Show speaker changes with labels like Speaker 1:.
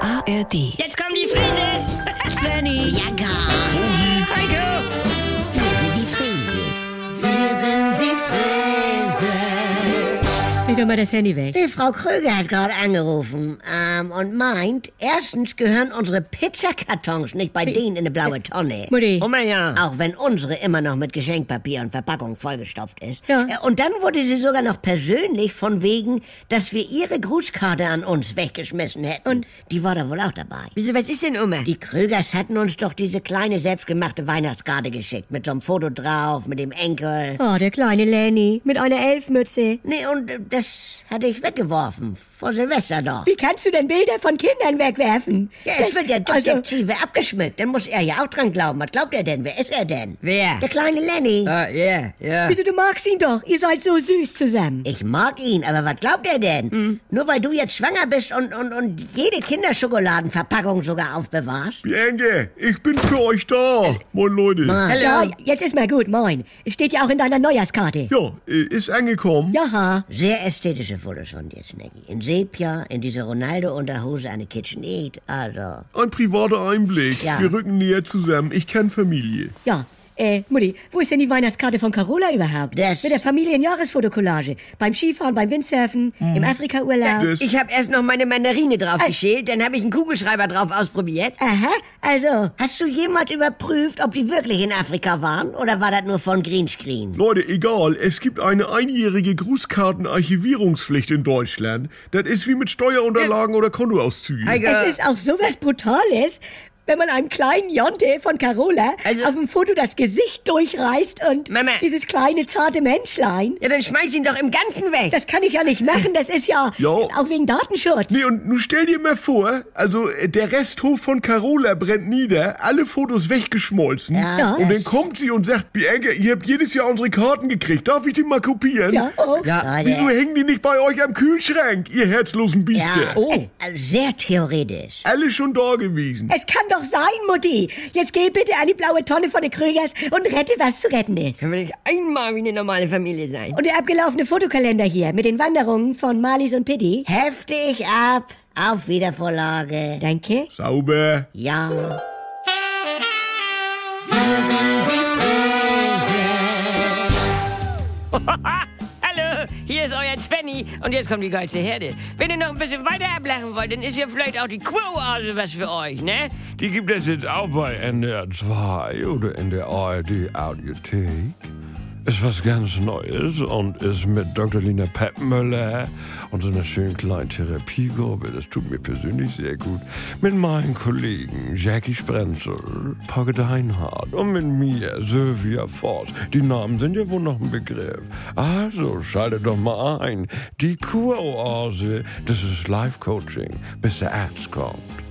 Speaker 1: ARD.
Speaker 2: Jetzt kommen die Frises!
Speaker 3: Svenny.
Speaker 4: Ja, gar.
Speaker 2: Heiko!
Speaker 4: Wir sind die Frieses. Wir sind die Frieses.
Speaker 3: Leg doch mal das Handy weg.
Speaker 4: Die Frau Kröger hat gerade angerufen ähm, und meint, erstens gehören unsere Pizzakartons nicht bei denen in eine blaue Tonne.
Speaker 3: Mutti.
Speaker 2: Oma ja!
Speaker 4: Auch wenn unsere immer noch mit Geschenkpapier und Verpackung vollgestopft ist.
Speaker 3: Ja.
Speaker 4: Äh, Und dann wurde sie sogar noch persönlich von wegen, dass wir ihre Grußkarte an uns weggeschmissen hätten. Und die war da wohl auch dabei.
Speaker 3: Wieso, was ist denn, Oma?
Speaker 4: Die Krögers hatten uns doch diese kleine selbstgemachte Weihnachtskarte geschickt. Mit so einem Foto drauf, mit dem Enkel.
Speaker 3: Oh, der kleine Lenny. Mit einer Elfmütze.
Speaker 4: Nee, und äh, das hatte ich weggeworfen. Vor Silvester doch.
Speaker 3: Wie kannst du denn Bilder von Kindern wegwerfen?
Speaker 4: Ja, es wird ja
Speaker 3: Also-
Speaker 4: Detektive abgeschmückt. Dann muss er ja auch dran glauben. Was glaubt er denn? Wer ist er denn?
Speaker 3: Wer?
Speaker 4: Der kleine Lenny.
Speaker 3: Ah, ja, ja. Wieso, du magst ihn doch. Ihr seid so süß zusammen.
Speaker 4: Ich mag ihn, aber was glaubt er denn?
Speaker 3: Hm.
Speaker 4: Nur weil du jetzt schwanger bist und, und, und jede Kinderschokoladenverpackung sogar aufbewahrst?
Speaker 5: Bienke, ich bin für euch da. Moin Leute.
Speaker 4: Hallo.
Speaker 3: Ja, jetzt ist mal gut, moin. Steht ja auch in deiner Neujahrskarte.
Speaker 5: Ja, äh, ist angekommen.
Speaker 3: Jaha.
Speaker 4: Sehr ästhetische Fotos von dir, Snacky. In Sepia, in dieser Ronaldo-Unterhose, eine KitchenAid. Also,
Speaker 5: Ein privater Einblick.
Speaker 4: Ja.
Speaker 5: Wir rücken näher zusammen. Ich kenne Familie.
Speaker 3: Ja. Äh, Mutti, wo ist denn die Weihnachtskarte von Carola überhaupt?
Speaker 4: Das-
Speaker 3: Mit der Familienjahresfotokollage. Beim Skifahren, beim Windsurfen, im Afrika-Urlaub.
Speaker 5: Das-
Speaker 6: Ich habe erst noch meine Mandarine draufgeschält, dann habe ich einen Kugelschreiber drauf ausprobiert.
Speaker 3: Aha, also.
Speaker 4: hast du jemals überprüft, ob die wirklich in Afrika waren? Oder war das nur von Greenscreen?
Speaker 5: Leute, egal, es gibt eine einjährige Grußkartenarchivierungspflicht in Deutschland. Das ist wie mit Steuerunterlagen oder Kontoauszügen.
Speaker 6: Heiko,
Speaker 3: Es ist auch sowas Brutales, wenn man einem kleinen Jonte von Carola
Speaker 6: Also-
Speaker 3: auf dem Foto das Gesicht durchreißt und
Speaker 6: Mama.
Speaker 3: dieses kleine zarte Menschlein.
Speaker 6: ja, dann schmeiß ihn doch im Ganzen weg.
Speaker 3: Das kann ich ja nicht machen, das ist ja
Speaker 5: Jo.
Speaker 3: auch wegen Datenschutz.
Speaker 5: Nee, und nun stell dir mal vor, also äh, der Resthof von Carola brennt nieder, alle Fotos weggeschmolzen.
Speaker 4: Ja.
Speaker 5: Und dann kommt sie und sagt, Bianca, ihr habt jedes Jahr unsere Karten gekriegt, darf ich die mal kopieren?
Speaker 3: Ja, oh.
Speaker 6: Ja.
Speaker 4: Leute,
Speaker 5: Ah, Wieso hängen die nicht bei euch am Kühlschrank, ihr herzlosen Biester?
Speaker 4: ja, äh, äh, sehr theoretisch.
Speaker 5: Alle schon da gewesen.
Speaker 3: Es kann doch sein, Mutti. Jetzt geh bitte an die blaue Tonne von den Krögers und rette, was zu retten ist.
Speaker 6: Können wir nicht einmal wie eine normale Familie sein?
Speaker 3: Und der abgelaufene Fotokalender hier mit den Wanderungen von Marlies und Pitti.
Speaker 4: Heftig ab, auf Wiedervorlage.
Speaker 3: Danke.
Speaker 5: Sauber.
Speaker 4: Ja.
Speaker 2: Hallo, hier ist euer Svenny und jetzt kommt die geilste Herde. Wenn ihr noch ein bisschen weiter ablachen wollt, dann ist ja vielleicht auch die Quo-Oase was für euch, ne?
Speaker 7: Die gibt es jetzt auch bei NDR 2 oder in der ARD Audiothek. Ist was ganz Neues und ist mit Dr. Lina Peppmüller und so einer schönen kleinen Therapiegruppe, das tut mir persönlich sehr gut, mit meinen Kollegen Jackie Sprenzel, Pogge Deinhardt und mit mir, Sylvia Voss. Die Namen sind ja wohl noch ein Begriff. Also schaltet doch mal ein. Die Kuroase, das ist Life-Coaching, bis der Arzt kommt.